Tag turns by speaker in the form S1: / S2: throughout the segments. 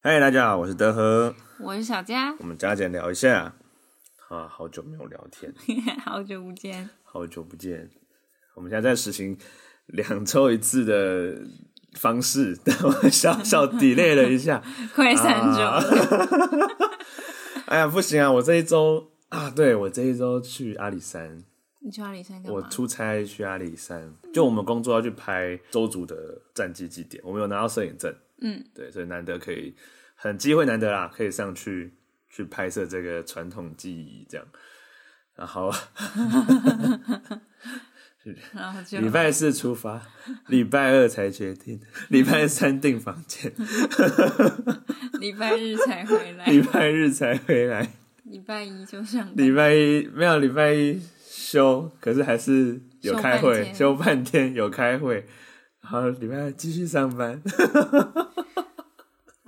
S1: 嗨、大家好，我是德和，
S2: 我是小佳，
S1: 我们加减聊一下啊，好久没有聊天，
S2: 好久不见。
S1: 好久不见，我们现在在实行两周一次的方式， 但我小小 delay 了一下，啊
S2: 快三周了，
S1: 哎呀，不行啊，我这一周啊，对我这一周去阿里山，
S2: 你去阿里山干
S1: 我
S2: 嘛？
S1: 出差去阿里山，就我们工作要去拍周族的战绩祭典，我们有拿到摄影证，
S2: 嗯，
S1: 对，所以难得可以，很机会难得啦，可以上去去拍摄这个传统技艺这样。然后
S2: 然后就
S1: 礼拜四出发， 礼拜二才决定，礼拜三订房 间，
S2: 礼拜日才回来，
S1: 礼拜日才回来，
S2: 礼拜一就上班。
S1: 礼拜一没有礼拜一休，可是还是有
S2: 休
S1: 开
S2: 半
S1: 会，
S2: 天
S1: 休半天有开会，然后礼拜二继续上班。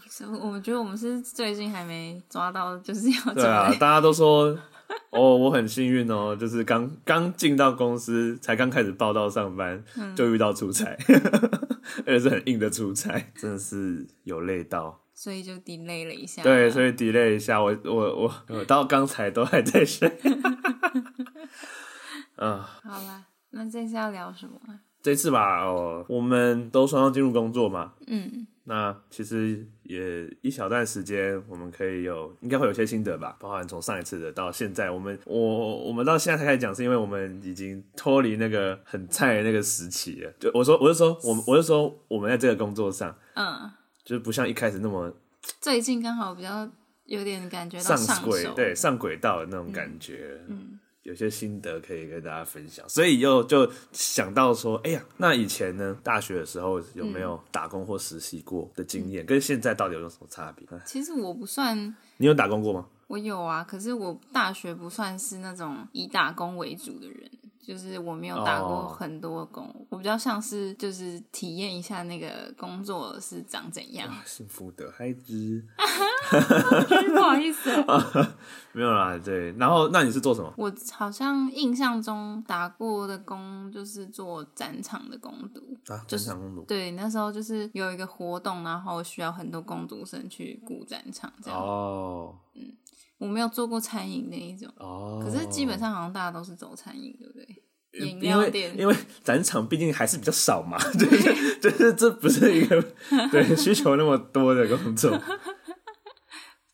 S2: 所以我觉得我们是最近还没抓到，就是 要
S1: 对
S2: 准
S1: 啊，
S2: 备。
S1: 大家都说哦，我很幸运哦，就是刚刚进到公司，才刚开始报道上班，就遇到出差， 而且是很硬的出差，真的是有累到。
S2: 所以就 delay 了一下。
S1: 对，所以 delay 一下，我我我我到刚才都还在睡。
S2: 好啦，那这次要聊什么啊？
S1: 这次吧，哦，我们都双双进入工作嘛，
S2: 嗯，
S1: 那其实也一小段时间，我们可以有应该会有些心得吧，包含从上一次的到现在，我们我我我们到现在才开始讲，是因为我们已经脱离那个很菜的那个时期了。就我说，我就说，我们我就说，我们在这个工作上，
S2: 嗯，
S1: 就是不像一开始那么
S2: 最近刚好比较有点感觉到
S1: 上
S2: 上
S1: 轨，
S2: 手，
S1: 对，上轨道的那种感觉。嗯，有些心得可以跟大家分享，所以又就想到说，哎呀，那以前呢，大学的时候有没有打工或实习过的经验，跟现在到底有什么差别？哎
S2: 其实我不算，
S1: 你有打工过吗？
S2: 我有啊，可是我大学不算是那种以打工为主的人，就是我没有打过
S1: 哦
S2: 很多工，我比较像是就是体验一下那个工作是长怎 样。
S1: 啊幸福的孩子
S2: 不好意思，
S1: 没有啦，对。然后，那你是做什么？
S2: 我好像印象中打过的工就是做展场的工读。
S1: 啊，
S2: 就是
S1: 正常公主。
S2: 对，那时候就是有一个活动，然后需要很多工读生去顾展场这样。
S1: 哦
S2: 我没有做过餐饮那一种，
S1: 哦，呃
S2: 可是基本上好像大家都是走餐饮，对不对？饮
S1: 因
S2: 料
S1: 为
S2: 店
S1: 因为展场毕竟还是比较少嘛， 就是就是这不是一个 对需求那么多的工作。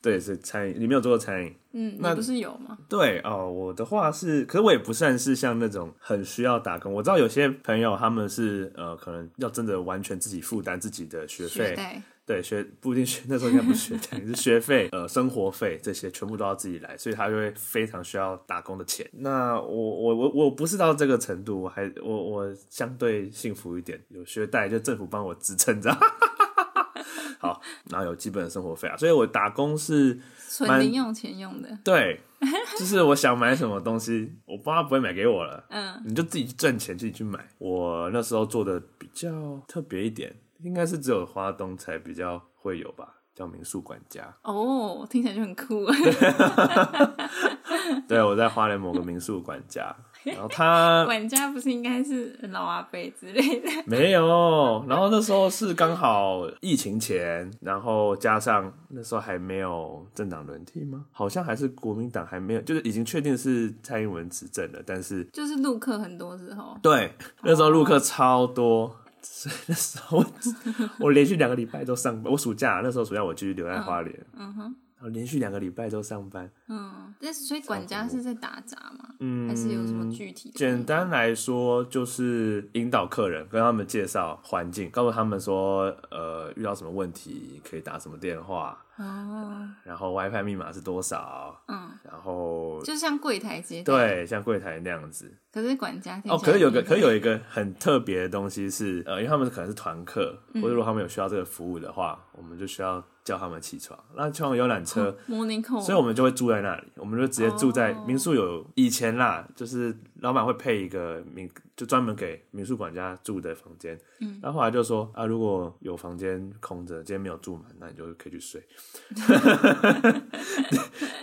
S1: 对，是餐饮，你没有做过餐饮。
S2: 嗯，
S1: 那
S2: 你不是有吗？
S1: 对哦，我的话是，可是我也不算是像那种很需要打工。我知道有些朋友他们是呃，可能要真的完全自己负担自己的学费
S2: 学，贷，
S1: 对，学不一定学， 那时候应该不是学贷，是学费、呃，生活费这些全部都要自己来，所以他就会非常需要打工的钱。那我我我我不是到这个程度，我还我我相对幸福一点，有学贷就政府帮我支撑着。 好，然后有基本的生活费啊，所以我打工是
S2: 存
S1: 蛮
S2: 零用钱用的。
S1: 对， 就是我想买什么东西，我爸妈不会买给我了，
S2: 嗯，
S1: 你就自己去赚钱，自己去买。我那时候做的比较特别一点，应该是只有花东才比较会有吧，叫民宿管家。
S2: 哦，听起来就 很酷。
S1: 对，我在花莲某个民宿管家，然后 他
S2: 管家不是应该是老阿伯之类的？
S1: 没有，然后那时候是刚好疫情前，然后加上那时候还没有政党轮替吗？好像还是国民党还没有，就是已经确定是蔡英文执政了，但是
S2: 就是陆客很多时候，
S1: 对，那时候录课超多，所以那时候我 我连续两个礼拜都上班。我暑假那时候暑假我继续留在花莲，
S2: 嗯哼，
S1: 然后连续两个礼拜都上班。
S2: 嗯，但是所以管家是在打杂吗？
S1: 嗯，
S2: 还是有什么具体的？
S1: 简单来说，就是引导客人，跟他们介绍环境，告诉他们说，呃，遇到什么问题可以打什么电话，
S2: 哦，
S1: 然后 WiFi 密码是多少，
S2: 嗯，
S1: 然后
S2: 就像柜台接待，
S1: 对，像柜台那样子。
S2: 可是管家听
S1: 哦，
S2: 起来
S1: 可是有个，
S2: 很
S1: 可是有一个很特别的东西是，呃，因为他们可能是团课，或
S2: 嗯
S1: 者如果他们有需要这个服务的话，我们就需要叫他们起床。那叫游览
S2: 哦
S1: 车，
S2: morning call，
S1: 所以我们就会住在那里，我们就直接住在、
S2: 哦
S1: 民宿有。以前啦，就是老板会配一个民，就专门给民宿管家住的房间。嗯，然后后来就说啊，如果有房间空着，今天没有住满，那你就可以去睡。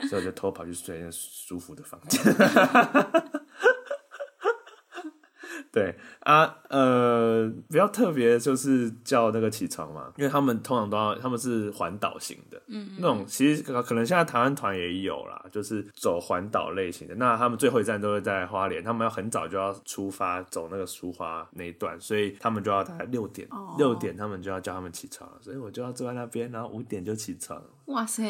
S1: 所以我就偷跑去睡那舒服的房间。 对啊，呃，比较特别就是叫那个起床嘛，因为他们通常都要，他们是环岛型的，嗯那种其实可能现在台湾团也有啦，就是走环岛类型的。那他们最后一站都是在花莲，他们要很早就要出发走那个苏花那一段，所以他们就要大概六点，六、点他们就要叫他们起床了，所以我就要坐在那边，然后五点就起床，
S2: 哇塞，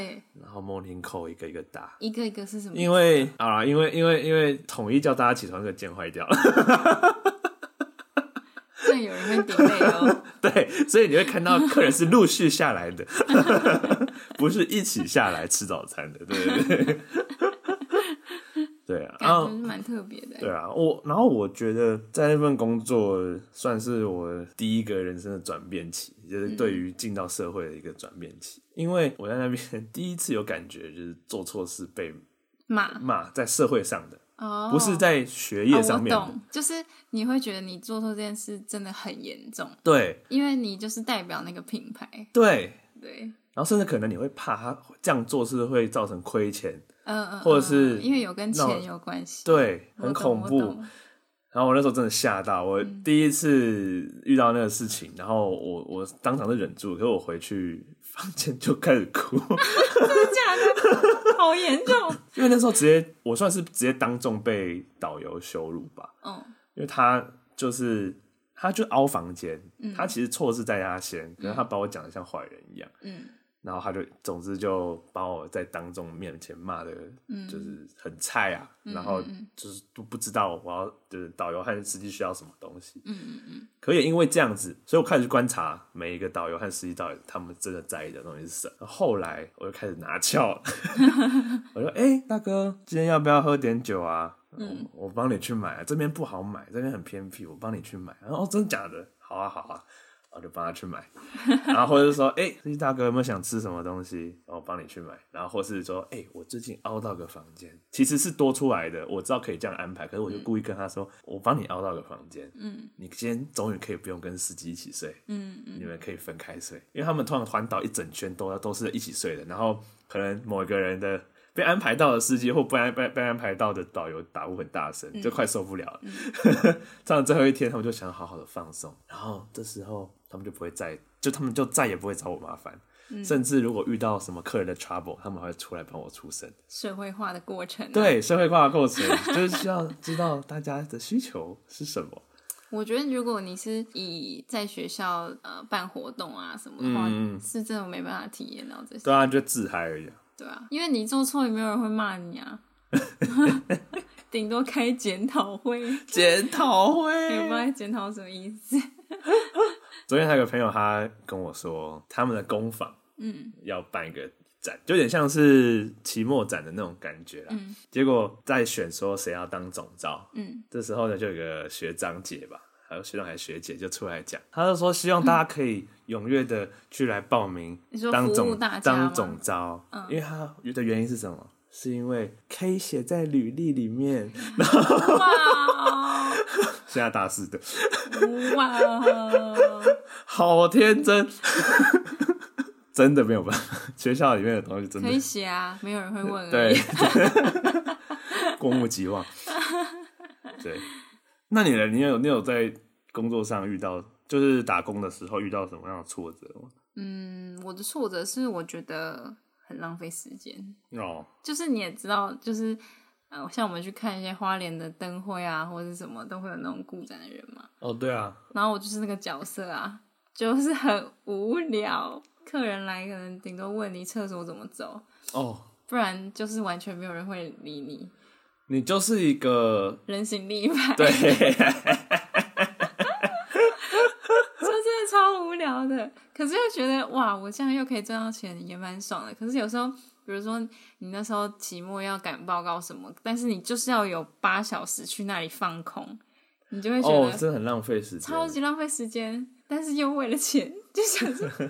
S1: 然后 morning call 一个一个打。
S2: 一个一个是什么？
S1: 因为啊，因为因为因为统一叫大家起床，这个键坏掉了。
S2: 这样有人会顶累 哦。
S1: 对，所以你会看到客人是陆续下来的， 不是一起下来吃早餐的，对对 对。对啊，
S2: 感
S1: 然
S2: 觉
S1: 后
S2: 是蛮特别的、
S1: 对啊，我然后我觉得在那份工作算是我第一个人生的转变期，就是
S2: 嗯
S1: 对于进到社会的一个转变期。因为我在那边 第一次有感觉，就是做错事被
S2: 马
S1: 骂，在社会上的，
S2: 哦，
S1: 不是在学
S2: 哦
S1: 业上面的。
S2: 我懂，就是你会觉得你做错这件事真的很严重，
S1: 对
S2: 因为你就是代表那个品牌，
S1: 对，
S2: 对，
S1: 然后甚至可能你会怕他这样做是会造成亏钱，
S2: 嗯嗯，
S1: 或者
S2: 嗯
S1: 是
S2: 因为有跟
S1: 那种
S2: 钱有关系，
S1: 对，
S2: 我
S1: 很
S2: 懂
S1: 恐
S2: 我
S1: 怖。
S2: 懂嗯
S1: 然后我那时候真的吓到，我第一次遇到那个事情，然后我我当场就忍住，可是我回去房间就开始哭，
S2: 真的假的？ 好严重，
S1: 因为那时候直接我算是直接当众被导游羞辱吧，
S2: 嗯
S1: 因为他就是他就凹房间，他其实错是在他先，可是他把我讲的像坏人一样。
S2: 嗯，
S1: 然后他就，总之就把我在当众面前骂的，就是很菜啊，然后就是都不知道我要就是导游和司机需要什么东西，嗯嗯嗯。可也因为这样子，所以我开始去观察每一个导游和司机到底他们真的在意的东西是什么。后来我就开始拿翘了， 我说：“哎、大哥，今天要不要喝点酒啊？嗯，我帮你去买、啊，这边不好买，这边很偏僻，我帮你去买。”然后哦，真的假的？好啊，好啊，我就帮他去买。然后或者是说，哎、司机大哥有没有想吃什么东西？然后帮你去买。然后或是说，哎、我最近凹到个房间，其实是多出来的，我知道可以这样安排，可是我就故意跟他说，我帮你凹到个房间，嗯，你今天终于可以不用跟司机一起睡，嗯嗯，你们可以分开睡，因为他们通常环岛一整圈都都是一起睡的，然后可能某一个人的。被安排到的司机或被安被被安排到的导游打呼很大声，就快受不了了。上了最后一天，他们就想好好的放松，然后这时候他们就不会再，就他们就再也不会找我麻烦，甚至如果遇到什么客人的 trouble，他们还会出来帮我出声。
S2: 社会化的过程、，啊
S1: 对，社会化的过程就是需要知道大家的需求是什么。
S2: 我觉得如果你是以在学校呃办活动啊什么的话，是真的没办法体验到这
S1: 嗯
S2: 些，
S1: 对啊，就自嗨而已啊、
S2: 对啊，因为你做错也没有人会骂你 啊，顶多开检讨会，
S1: 检讨
S2: 也不知
S1: 会。
S2: 道检讨什么意 思。
S1: 昨天还有个朋友，他跟我说，他们的工坊，嗯，要办一个展，就有点像是期末展的那种感觉啦。嗯、结果在选说谁要当总招，
S2: 嗯，
S1: 这时候呢，就有个学长姐吧，还有学长还是学姐就出来讲，他就说希望大家可以踊跃的去来报名
S2: 你说
S1: 当
S2: 服务
S1: 总
S2: 大家吗嗯
S1: 当总招，因为他的原因是什么？是因为可以写在履历里面，
S2: 哇哦
S1: 现在大四的，
S2: 哇哦，
S1: 好天真，真的没有办法， 学校里面的东西真的
S2: 可以写啊，没有人会问而
S1: 对
S2: 已。，
S1: 过目即忘。对，那你呢？你有你有在工作上遇到，就是打工的时候遇到什么样的挫折吗？
S2: 嗯，我的挫折是我觉得很浪费时间，
S1: 哦，
S2: 就是你也知道，就是呃，像我们去看一些花莲的灯会啊，或者是什么，都会有那种顾展的人嘛。
S1: 哦，对啊，
S2: 然后我就是那个角色啊，就是很无聊。客人来可能顶多问你厕所怎么走，
S1: 哦，
S2: 不然就是完全没有人会理你，
S1: 你就是一个
S2: 人形立牌，
S1: 对，
S2: 这 真的超无聊的。可是又觉得哇，我这样又可以赚到钱，也蛮爽的。可是有时候，比如说你那时候期末要赶报告什么，但是你就是要有八小时去那里放空，你就会觉
S1: 哦，
S2: 得
S1: 真的很浪费时间。
S2: 超级浪费时间，但是又为了钱，就想 说，呃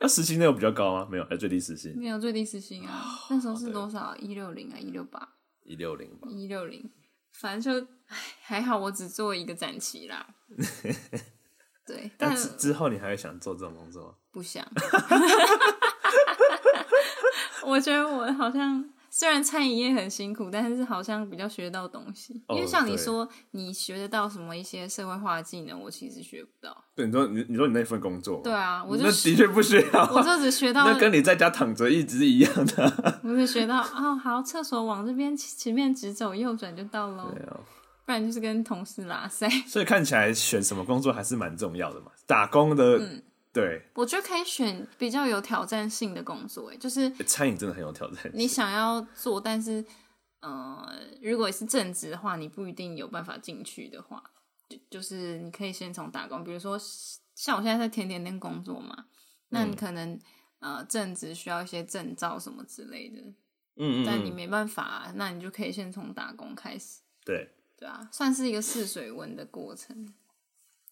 S1: 那时薪那有比较高吗？没有，还最低时薪
S2: 没有最低时薪啊，
S1: 哦
S2: 那时候是多少？一六零啊，一六八，
S1: 一六零吧。
S2: 一六零，反正就唉还好，我只做一个展期 啦。对，
S1: 但
S2: 但
S1: 之之后你还会想做这种工 作吗？
S2: 不想。我觉得我好像虽然餐饮业很辛苦，但是好像比较学到东西。
S1: 哦
S2: 因为像你
S1: 对
S2: 说，你学得到什么一些社会化的技能，我其实学不 到。
S1: 对，你说你你说你那份工作，
S2: 对啊，我就
S1: 那的确不需要啊，
S2: 我就只学到，
S1: 那跟你在家躺着一直是一样的啊。
S2: 我只学到哦，好，厕所往这边前面直走，右转就到喽
S1: 对。啊
S2: 不然就是跟同事拉塞。
S1: 所以看起来选什么工作还是蛮重要的嘛。打工的，
S2: 嗯
S1: 对，
S2: 我觉得可以选比较有挑战性的工作，哎，就是
S1: 餐饮真的很有挑战性。
S2: 你想要做，但是呃，如果是正职的话，你不一定有办法进去的话，就就是你可以先从打工，比如说像我现在在甜点店工作嘛，那
S1: 嗯
S2: 你可能、呃正职需要一些证照什么之类的，
S1: 嗯嗯
S2: 但你
S1: 嗯，
S2: 没办法、那你就可以先从打工开始，
S1: 对，
S2: 对啊，算是一个试水温的过程。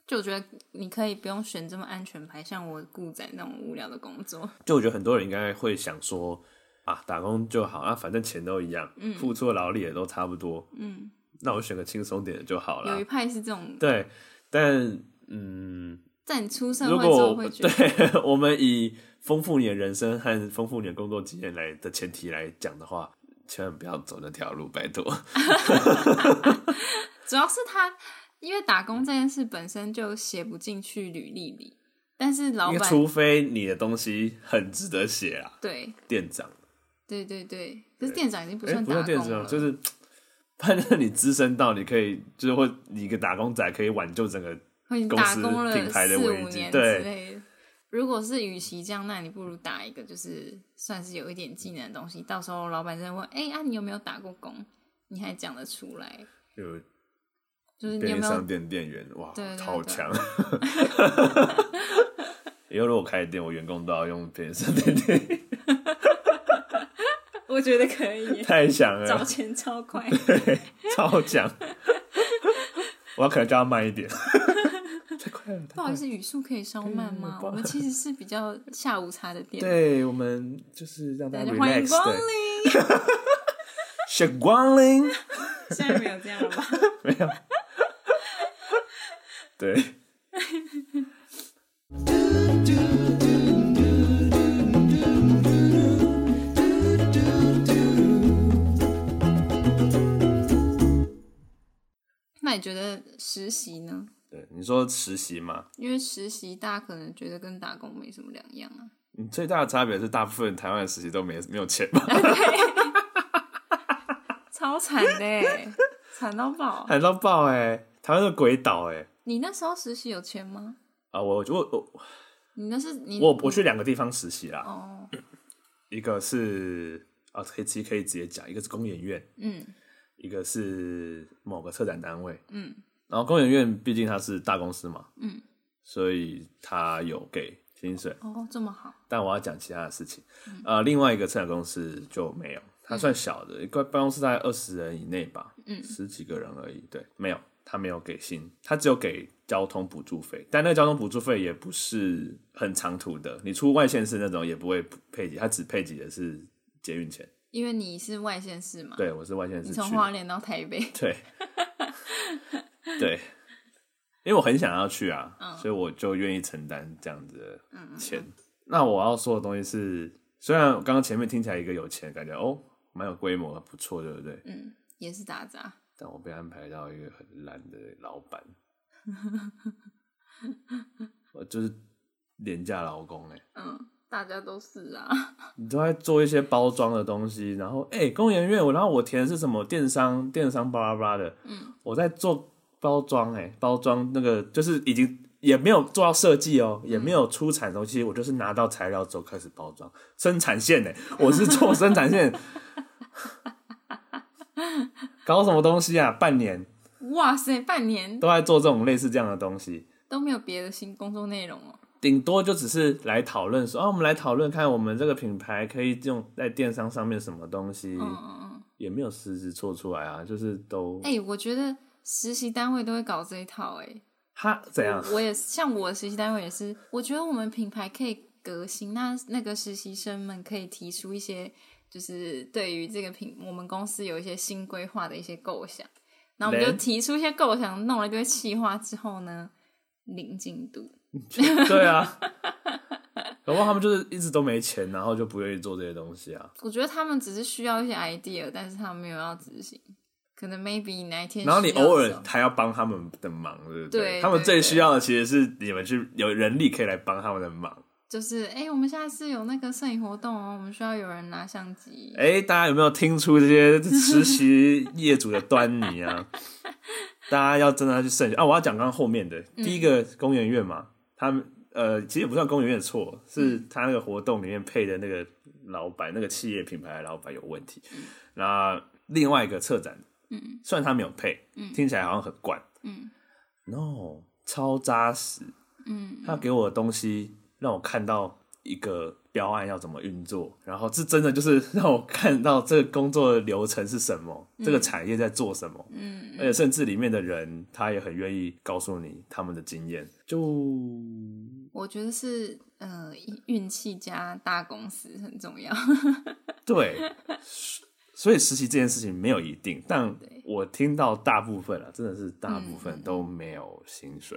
S2: 就我觉得你可以不用选这么安全牌，像我顾仔那种无聊的工作。
S1: 就我觉得很多人应该会想说啊，打工就好啊，反正钱都一样，付出的劳力也都差不多，
S2: 嗯，
S1: 那我选个轻松点的就好
S2: 有一
S1: 了。
S2: 派是这种，
S1: 对，但嗯，
S2: 在你出社
S1: 如
S2: 会之后
S1: 果
S2: 会觉得，
S1: 对我们以丰富你的人生和丰富你的工作经验来的前提来讲的话，千万不要走那条路，拜托。
S2: 主要是他因为打工这件事本身就写不进去履历里，但是老
S1: 因为
S2: 板
S1: 除非你的东西很值得写啊，
S2: 对
S1: 店长，
S2: 对对对，可是
S1: 对
S2: 店长已经不
S1: 哎、
S2: 算
S1: 不
S2: 打
S1: 算
S2: 工啊
S1: 店
S2: 了，
S1: 长，就是 判断你资深到你可以，就是或你一个打工仔可以挽救整个，
S2: 或你
S1: 公
S2: 打
S1: 司
S2: 工了
S1: 品牌的
S2: 四
S1: 危
S2: 五
S1: 机
S2: 年之
S1: 对
S2: 类的。如果是与其这样，那你不如打一个就是算是有一点技能的东西，到时候老板再问，哎、啊你有没有打过工？你还讲得出来，
S1: 有
S2: 就是你有
S1: 便利
S2: 没
S1: 商
S2: 有？
S1: 店店员，哇，
S2: 对对对
S1: 好强！ 以后如果开店，我员工都要用便利商店店 员，
S2: 我觉得可以耶，
S1: 太强
S2: 找
S1: 了，
S2: 钱超快。
S1: 超强！我要可能叫他慢一 点，太快了，太
S2: 不
S1: 快
S2: 好意
S1: 了。
S2: 思，语速可以稍慢吗？
S1: 不好
S2: 我们其实是比较下午茶的店，
S1: 对我们就是让大
S2: 大
S1: 家
S2: 家欢迎
S1: relax，
S2: 光
S1: 对，
S2: 临。
S1: 选光临。
S2: 现在没有这样了吧？
S1: 没有。对。
S2: 那你觉得实习呢？
S1: 对，你说实习嘛，
S2: 因为实习大家可能觉得跟打工没什么两样啊。
S1: 你最大的差别是大部分台湾的实习都没没有钱吧，
S2: 超惨的欸，惨到爆！
S1: 喊到爆哎、台湾是鬼岛哎、
S2: 你那时候实习有钱吗？
S1: 啊，我我我
S2: 你那是你
S1: 我我去两个地方实习啦，
S2: 哦，
S1: 一个是啊，可以其实可以直接讲，一个是工研院，
S2: 嗯
S1: 一个是某个策展单位，
S2: 嗯
S1: 然后工研院毕竟它是大公司嘛，
S2: 嗯，
S1: 所以它有给薪水，
S2: 哦，这么好，
S1: 但我要讲其他的事情。
S2: 嗯
S1: 呃，另外一个策展公司就没有，它算小的，一个办公室大概二十人以内吧，
S2: 嗯
S1: 十几个人而已。对，没有，他没有给薪，他只有给交通补助费，但那个交通补助费也不是很长途的，你出外县市那种也不会配给，他只配给的是捷运钱。
S2: 因为你是外县市嘛，
S1: 对，我是外县
S2: 你
S1: 市
S2: 从
S1: 去，
S2: 花莲到台北，
S1: 对，对。因为我很想要去啊，所以我就愿意承担这样子的
S2: 嗯，
S1: 钱。那我要说的东西是，虽然刚刚前面听起来一个有钱，感觉哦蛮有规模，不错，对不对？
S2: 嗯，也是打杂，
S1: 但我被安排到一个很烂的老 板，我就是廉价劳工哎、
S2: 嗯，大家都是啊，
S1: 你都在做一些包装的东西，然后哎、工研院，我然后我填的是什么电商，电商巴拉巴拉的，
S2: 嗯，
S1: 我在做包装哎、包装那个就是已经也没有做到设计哦，也没有出产东西，我就是拿到材料之后开始包装生产线哎、我是做生产线，搞什么东西啊？半年
S2: 哇塞，半年
S1: 都在做这种类似这样的东西，
S2: 都没有别的新工作内容哦。
S1: 顶多就只是来讨论说啊，我们来讨论看我们这个品牌可以用在电商上面什么东西。
S2: 嗯嗯嗯，
S1: 也没有实质做出来啊，就是都
S2: 哎、我觉得实习单位都会搞这一套、哎，
S1: 他怎 样？
S2: 我也是像我的实习单位也是，我觉得我们品牌可以革新，那那个实习生们可以提出一些，就是对于这个品我们公司有一些新规划的一些构想，然后我们就
S1: 嘞
S2: 提出一些构想，弄了一堆企划之后呢，零进度，
S1: 对啊，搞不好他们就是一直都没钱，然后就不愿意做这些东西啊。
S2: 我觉得他们只是需要一些 idea，但是他们没有要执行。可能 maybe 哪一天需
S1: 然
S2: 要
S1: 后
S2: 的
S1: 你
S2: 时候，
S1: 偶尔还要帮他们的忙，对不
S2: 对
S1: 他们
S2: 对
S1: 最
S2: 对
S1: 需要的其实是你们去有人力可以来帮他们的忙。
S2: 就是，哎、我们下次有那个摄影活动哦，我们需要有人拿相机。
S1: 哎、大家有没有听出这些实习业主的端倪 啊？大家要真的要去慎选啊！我要讲刚刚后面的、第一个公园院嘛，他们呃，其实也不算公园院的错，是他那个活动里面配的那个老板，那个企业品牌的老板有问题。那另外一个策展，嗯，虽然他没有配，嗯，听起来好像很怪，
S2: 嗯
S1: ，no，超扎实，
S2: 嗯
S1: 他给我的东西让我看到一个标案要怎么运作，然后这真的就是 让我看到这个工作的流程是什么，这个产业在做什么，
S2: 嗯，
S1: 而且甚至里面的人他也很愿意告诉你他们的经验，就
S2: 我觉得是呃运气加大公司很重要。
S1: 对，所以实习这件事情没有一定，但
S2: 对嗯
S1: 我听到大部分啊，真的是大部分都没有薪水。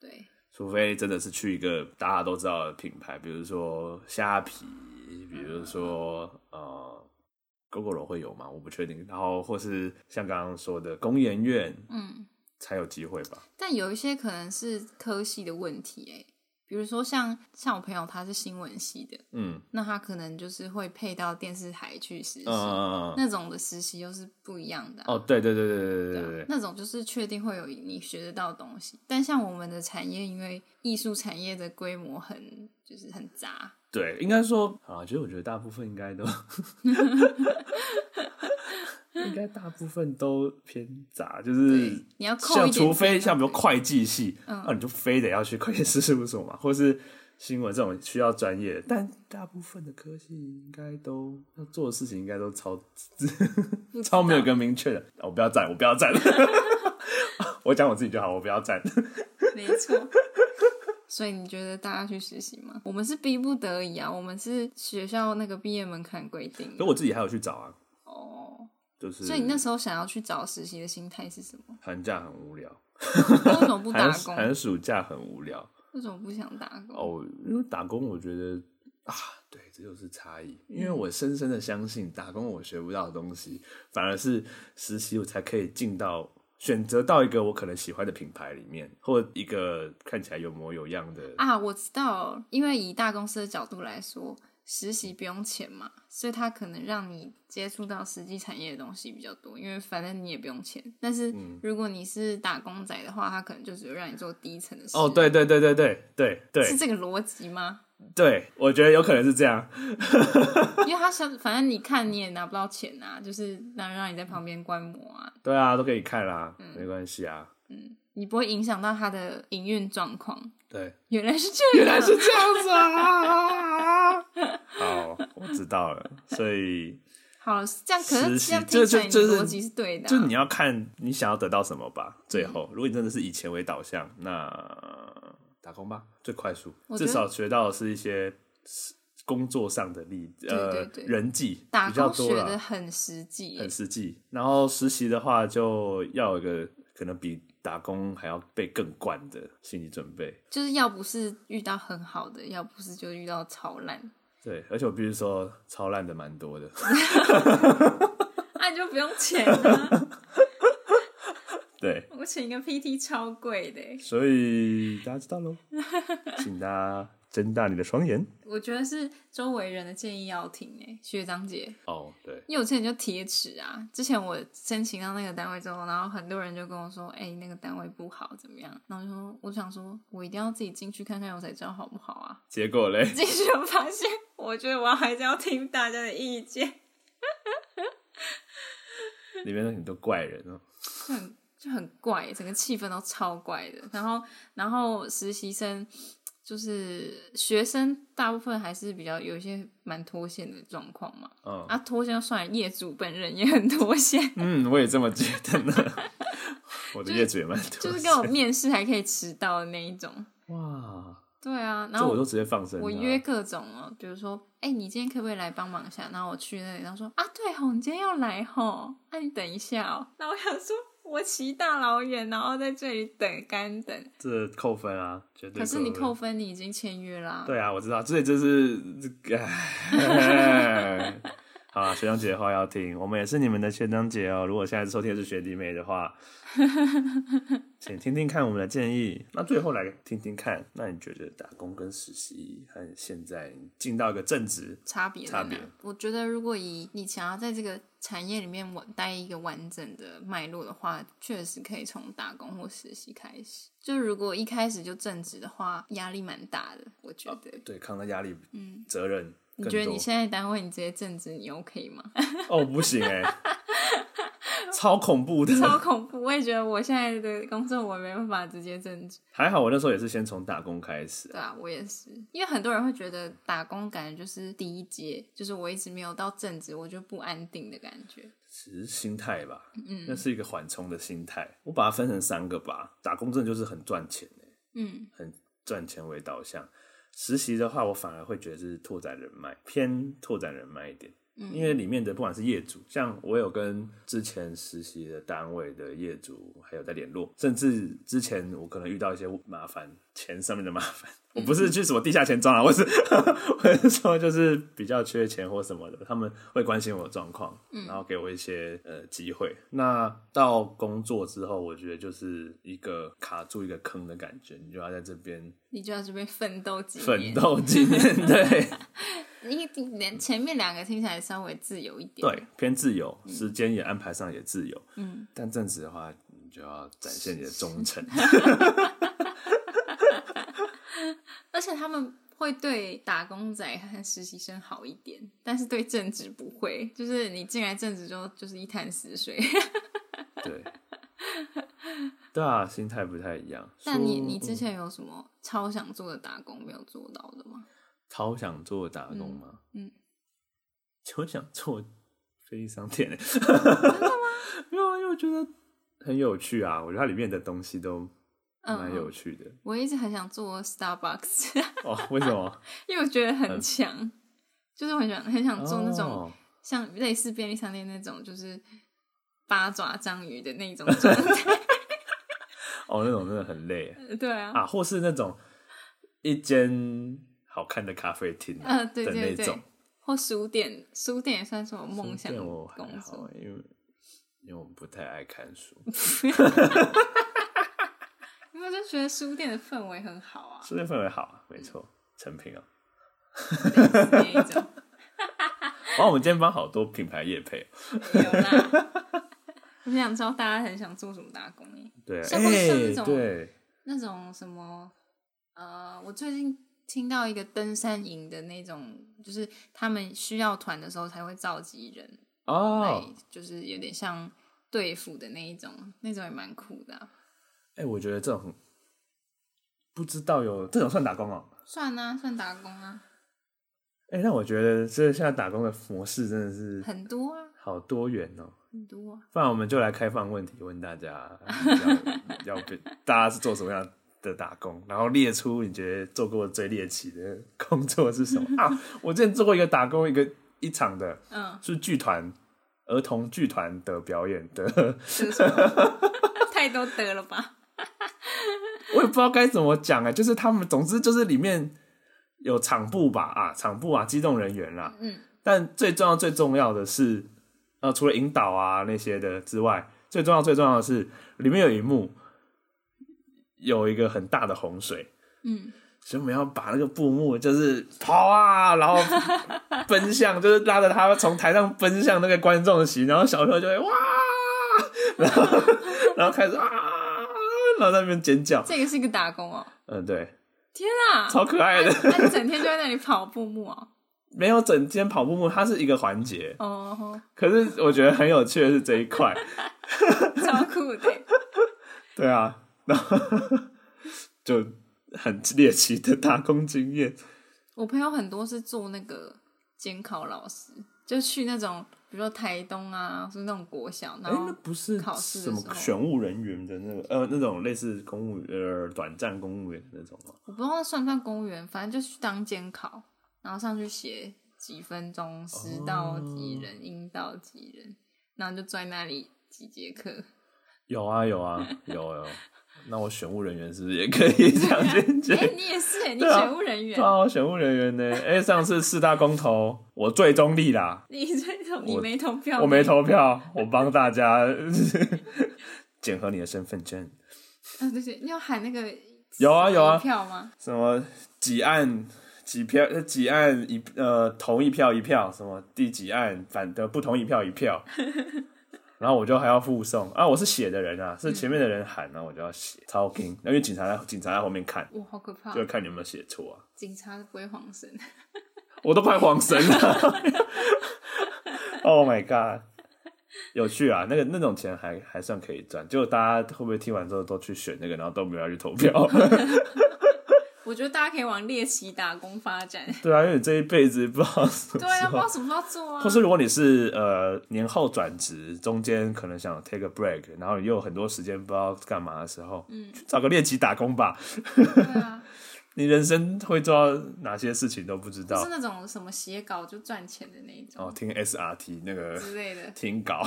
S2: 对，
S1: 除非真的是去一个大家都知道的品牌，比如说虾皮，比如说呃，GoGoRo 会有吗？我不确定。然后或是像刚刚说的工研院
S2: 嗯，
S1: 才有机会吧。
S2: 但有一些可能是科系的问题、哎，比如说像像我朋友他是新闻系的，
S1: 嗯，
S2: 那他可能就是会配到电视台去实习，
S1: 呃，
S2: 那种的实习又是不一样的啊、
S1: 哦，对对对对对对
S2: 啊
S1: 对对，
S2: 那种就是确定会有你学得到的东西，但像我们的产业，因为艺术产业的规模很就是很杂，
S1: 对，应该说啊，其实我觉得大部分应 该都，应该大部分都偏杂，就是
S2: 对，你要
S1: 嗯
S2: 扣
S1: 像
S2: 一点，啊
S1: 除非像比如会计系，那、
S2: 嗯
S1: 你就非得要去会计师事务所嘛， 或是新闻这种需要专业，但大部分的科系应该都要做的事情应该都超 超没有一个明确的。哦我不要站，我不要站， 我讲我自己就好，我不要站。
S2: 没错。所以你觉得大家去实习吗？我们是逼不得已啊，我们是学校那个毕业门槛规定
S1: 所以我自己还有去找啊，
S2: 哦。
S1: 就是
S2: 所以你那时候想要去找实习的心态是什 么？
S1: 寒假很无聊，
S2: 那为什么不
S1: 寒
S2: 打工？
S1: 寒暑假很无聊
S2: 为什么不想打工？
S1: 哦，因为
S2: 嗯
S1: 打工我觉得啊。对，这就是差异。因为
S2: 嗯
S1: 我深深的相信，打工我学不到的东西，反而是实习我才可以进到选择到一个我可能喜欢的品牌里面，或一个看起来有模有样的。
S2: 啊，我知道了，因为以大公司的角度来说，实习不用钱嘛，所以它可能让你接触到实际产业的东西比较多，因为反正你也不用钱。但是
S1: 嗯
S2: 如果你是打工仔的话，他可能就只会让你做低层的事。
S1: 哦，对，对对对对对
S2: 是
S1: 对
S2: 这个逻辑吗？
S1: 对，我觉得有可能是这样。
S2: 因为他想，反正你看你也拿不到钱啊，就是让让你在旁边观摩啊，
S1: 对啊，都可以看啦，
S2: 嗯
S1: 没关系啊。
S2: 你不会影响到他的营运状况。
S1: 对，
S2: 原来是这
S1: 原
S2: 样，
S1: 来是这样子啊！ 好，我知道了。所以
S2: 好了，这样可
S1: 实
S2: 是
S1: 习
S2: 这样
S1: 这
S2: 听起来
S1: 这
S2: 你
S1: 这是
S2: 的逻辑是对的啊、嗯
S1: 就你要看你想要得到什么吧。最后，如果你真的是以钱为导向，那打工吧，最快速，
S2: 我觉
S1: 至
S2: 得
S1: 少学到的是一些是工作上的例子，呃
S2: 对对对
S1: 人际
S2: 打
S1: 比较
S2: 工
S1: 多
S2: 学的
S1: 了，
S2: 很实际耶，
S1: 很实际。然后实习的话，就要有一个可能比打工还要被更惯的心理准备。
S2: 就是要不是遇到很好的，要不是就遇到超烂，
S1: 对，而且我必须说，超烂的蛮多的。
S2: 那、啊你就不用钱了、
S1: 对，
S2: 我请一个 PT 超贵的欸，
S1: 所以大家知道 喽，请大家睁大你的双眼。
S2: 我觉得是周围人的建议要听诶，学长姐。
S1: 哦，对，
S2: 因为我之前就贴纸啊，之前我申请到那个单位之后，然后很多人就跟我说：“哎、那个单位不好，怎么样？”然后我就说：“我想说，我一定要自己进去看看，我才知道好不好啊。
S1: 结果嘞”，
S2: 进去我发现，我觉得我还是要听大家的意见，
S1: 里面有很多怪人哦。
S2: 就很就很怪，整个气氛都超怪的。然后，然后实习生就是学生，大部分还是比较有一些蛮脱线的状况嘛。
S1: 嗯
S2: 啊，脱线就算了，业主本人也很脱线，
S1: 嗯，我也这么觉得呢。 我的业主也蛮多的，
S2: 就是跟我面试还可以迟到的那一种。
S1: 哇，
S2: 对啊，然
S1: 这
S2: 后
S1: 我都直接放生、啊。
S2: 我约各种哦，比如说，哎、你今天可不可以来帮忙一下？然后我去那里，然后说啊，对吼，你今天要来吼，那、你等一下哦。那我想说，我骑大老远，然后在这里等干等。
S1: 这扣分啊，绝对。
S2: 可是你扣。分，你已经签约啦、
S1: 对啊，我知道，所以这是这个。 唉好啊，学长姐的话要听，我们也是你们的学长姐哦。如果现在收听的是学弟妹的 话，请听听看我们的建议。那最后来听听看，那你觉得打工跟实习和现在你进到一个正职，
S2: 差别在
S1: 差
S2: 哪
S1: 别？
S2: 我觉得如果以你想要在这个产业里面稳待一个完整的脉络的话，确实可以从打工或实习开始。就如果一开始就正职的话，压力蛮大的，我觉得。
S1: 对抗的压力，嗯，责任更
S2: 你
S1: 多。
S2: 觉得你现在单位你直接正职，你 OK 吗？
S1: 哦，不行哎、 超恐怖的。
S2: 超恐怖！我也觉得我现在的工作我没办法直接正职。
S1: 还好我那时候也是先从打工开始啊，
S2: 对啊，我也是，因为很多人会觉得打工感觉就是第一阶，就是我一直没有到正职，我就不安定的感觉。
S1: 只是心态吧，嗯，那是一个缓冲的心态。我把它分成三个吧，打工真的就是很赚钱欸
S2: 嗯，
S1: 很赚钱为导向。实习的话，我反而会觉得是拓展人脉，偏拓展人脉一点。因为里面的不管是业主，像我有跟之前实习的单位的业主还有在联络，甚至之前我可能遇到一些麻烦，钱上面的麻烦。我不是去什么地下钱庄啊，我是我是说就是比较缺钱或什么的，他们会关心我的状况，
S2: 嗯
S1: 然后给我一些呃机会。那到工作之后，我觉得就是一个卡住一个坑的感觉，你就要在这边
S2: 你就要这边奋斗几
S1: 奋
S2: 年。
S1: 斗几年， 对。
S2: 你你连前面两个听起来稍微自由一点，
S1: 对，偏自由，
S2: 嗯
S1: 时间也安排上也自由。嗯，但正职的话，你就要展现你的忠 诚。
S2: 而且他们会对打工仔和实习生好一点，但是对正职不会，就是你进来正职就就是一潭死水。
S1: 对，对啊，心态不太一样。
S2: 但你
S1: 说嗯
S2: 你之前有什么超想做的打工没有做到的吗？
S1: 超想做打工吗？
S2: 嗯嗯，
S1: 我想做便利商店、欸。真的吗？ 没有啊，因为我觉得很有趣啊，我觉得它里面的东西都
S2: 嗯
S1: 蛮有趣的。
S2: 我一直很想做 Starbucks，
S1: 哦，为什么？
S2: 因为我觉得很强，就是我很想很想 做那种、
S1: 哦
S2: 像类似便利商店那种，就是八爪章鱼的那种状态。
S1: 哦，那种真的很累欸
S2: 对啊，
S1: 啊，或是那种一间好看的咖啡厅啊、
S2: 嗯，对
S1: 的
S2: 对
S1: 那
S2: 对
S1: 种。，
S2: 或书店，书店也算是我梦想
S1: 书
S2: 的
S1: 店我还
S2: 工
S1: 好
S2: 作。，
S1: 因为因为我不太爱看书，，
S2: 因为我就觉得书店的氛围很好啊
S1: 书店氛围好，没错，成品啊。
S2: 那一种
S1: 哇，我们今天帮好多品牌业配哦，
S2: 有 啦。我想知道大家很想做什么打工欸耶
S1: 对，
S2: 像不是像那
S1: 哎
S2: 种
S1: 对，
S2: 那种什么，呃，我最近听到一个登山营的那种，就是他们需要团的时候才会召集人，来
S1: 哦，
S2: 就是有点像对付的那一种，那种也蛮酷的啊、
S1: 哎，我觉得这种很不知道有这种算打工哦。
S2: 算啊，算打工啊，
S1: 哎，那我觉得这现在打工的模式真的是
S2: 很多啊，
S1: 好多元哦。
S2: 很多、啊。
S1: 不然我们就来开放问题，问大家 要要被大家是做什么样的打工，然后列出你觉得做过最猎奇的工作是什么啊？我之前做过一个打工，一个一场的，
S2: 嗯，
S1: 是剧团儿童剧团的表演的，
S2: 这是什么？ 太多得了 吧？
S1: 我也不知道该怎么讲哎、就是他们，总之就是里面有场部吧啊，场部啊，机动人员啦，
S2: 嗯，
S1: 但最重要最重要的是，呃，除了引导啊那些的之外，最重要最重要的是，里面有一幕有一个很大的洪水，
S2: 嗯，
S1: 所以我们要把那个布幕就是跑啊，然后奔向， 就是拉着他从台上奔向那个观众席，然后小朋友就会哇， 然后 然后开始啊， 然后在那边尖叫，
S2: 这个是一个打工哦。
S1: 嗯，对，
S2: 天啊！
S1: 超可爱的，
S2: 那你整天就在那里跑步木哦。
S1: 没有整间跑步幕，它是一个环节，
S2: 哦，
S1: 可是我觉得很有趣的是这一块。
S2: 超酷的。
S1: 对啊，然后就很猎奇的打工经验。
S2: 我朋友很多是做那个监考老师，就去那种比如说台东啊，是那种国小，
S1: 哎、
S2: 然后
S1: 那不是
S2: 考试的
S1: 什么
S2: 时候
S1: 选务人员的那个呃那种类似公务员呃短暂公务员的那种吗？
S2: 我不知道算不算公务员，反正就去当监考，然后上去写几分钟，
S1: 哦
S2: 十到几人，应到几人，然后就坐在那里几节课，
S1: 有啊有啊有有，那我选务人员是不是也可以 这样进去？
S2: 哎、你也是耶，你
S1: 对啊
S2: 选务人员，
S1: 对啊，我选务人员呢？哎、上次四大公投我最中立啦，
S2: 你这种你没投票，
S1: 我没。投票，我帮大家 检核你的身份证。
S2: 啊，对对，你要喊那个
S1: 有啊有啊
S2: 投票吗？
S1: 什么几案几票呃几案一呃同一票一票，什么第几案反的不同一票一票，然后我就还要附送啊，我是写的人啊，是前面的人喊呢、啊，我就要写超听，因为警察在警察在后面看，
S2: 哇，好可怕！
S1: 就看你有没有写错啊，
S2: 警察不会慌神，
S1: 我都快慌神了，Oh my god！有趣啊，那个那种钱还还算可以赚，结果大家会不会听完之后都去选那个，然后都没有要去投票？
S2: 我觉得大家可以往猎奇打工发展。
S1: 对啊，因为你这一辈子不知道什么
S2: 对啊，
S1: 时候
S2: 不知道什么时候做啊。
S1: 或是如果你是呃年后转职，中间可能想 take a break，然后你又有很多时间不知道干嘛的时候，嗯，去找个练习打工吧。
S2: 对啊，
S1: 你人生会做到哪些事情都不知
S2: 不是
S1: 道。
S2: 那种什么写稿就赚钱的那一种
S1: 哦，听 SRT 那个
S2: 之类的，
S1: 听稿，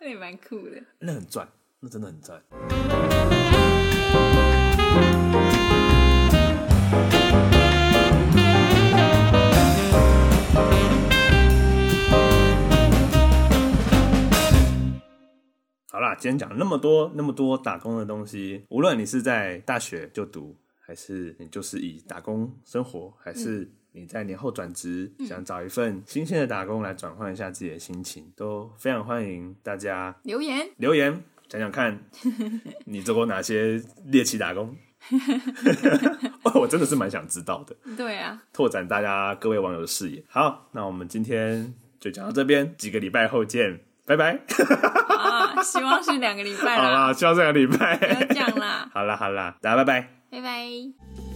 S2: 那也蛮酷的。
S1: 那很赚，那真的很赚。好啦，今天讲了那么多那么多打工的东西，无论你是在大学就读，还是你就是以打工生活，还是你在年后转职，想找一份新鲜的打工来转换一下自己的心情，都非常欢迎大家
S2: 留言
S1: 留言讲讲 看，你做过哪些猎奇打工？ 哦我真的是蛮想知道的，
S2: 对啊，
S1: 拓展大家各位网友的视野。好，那我们今天就讲到这边，几个礼拜后见，拜拜。
S2: 啊，希望是两个礼拜
S1: 好
S2: 啦，
S1: 啦，希望这个礼
S2: 不要
S1: 拜。
S2: 这样啦，
S1: 好啦好啦，大家拜拜。
S2: 拜拜。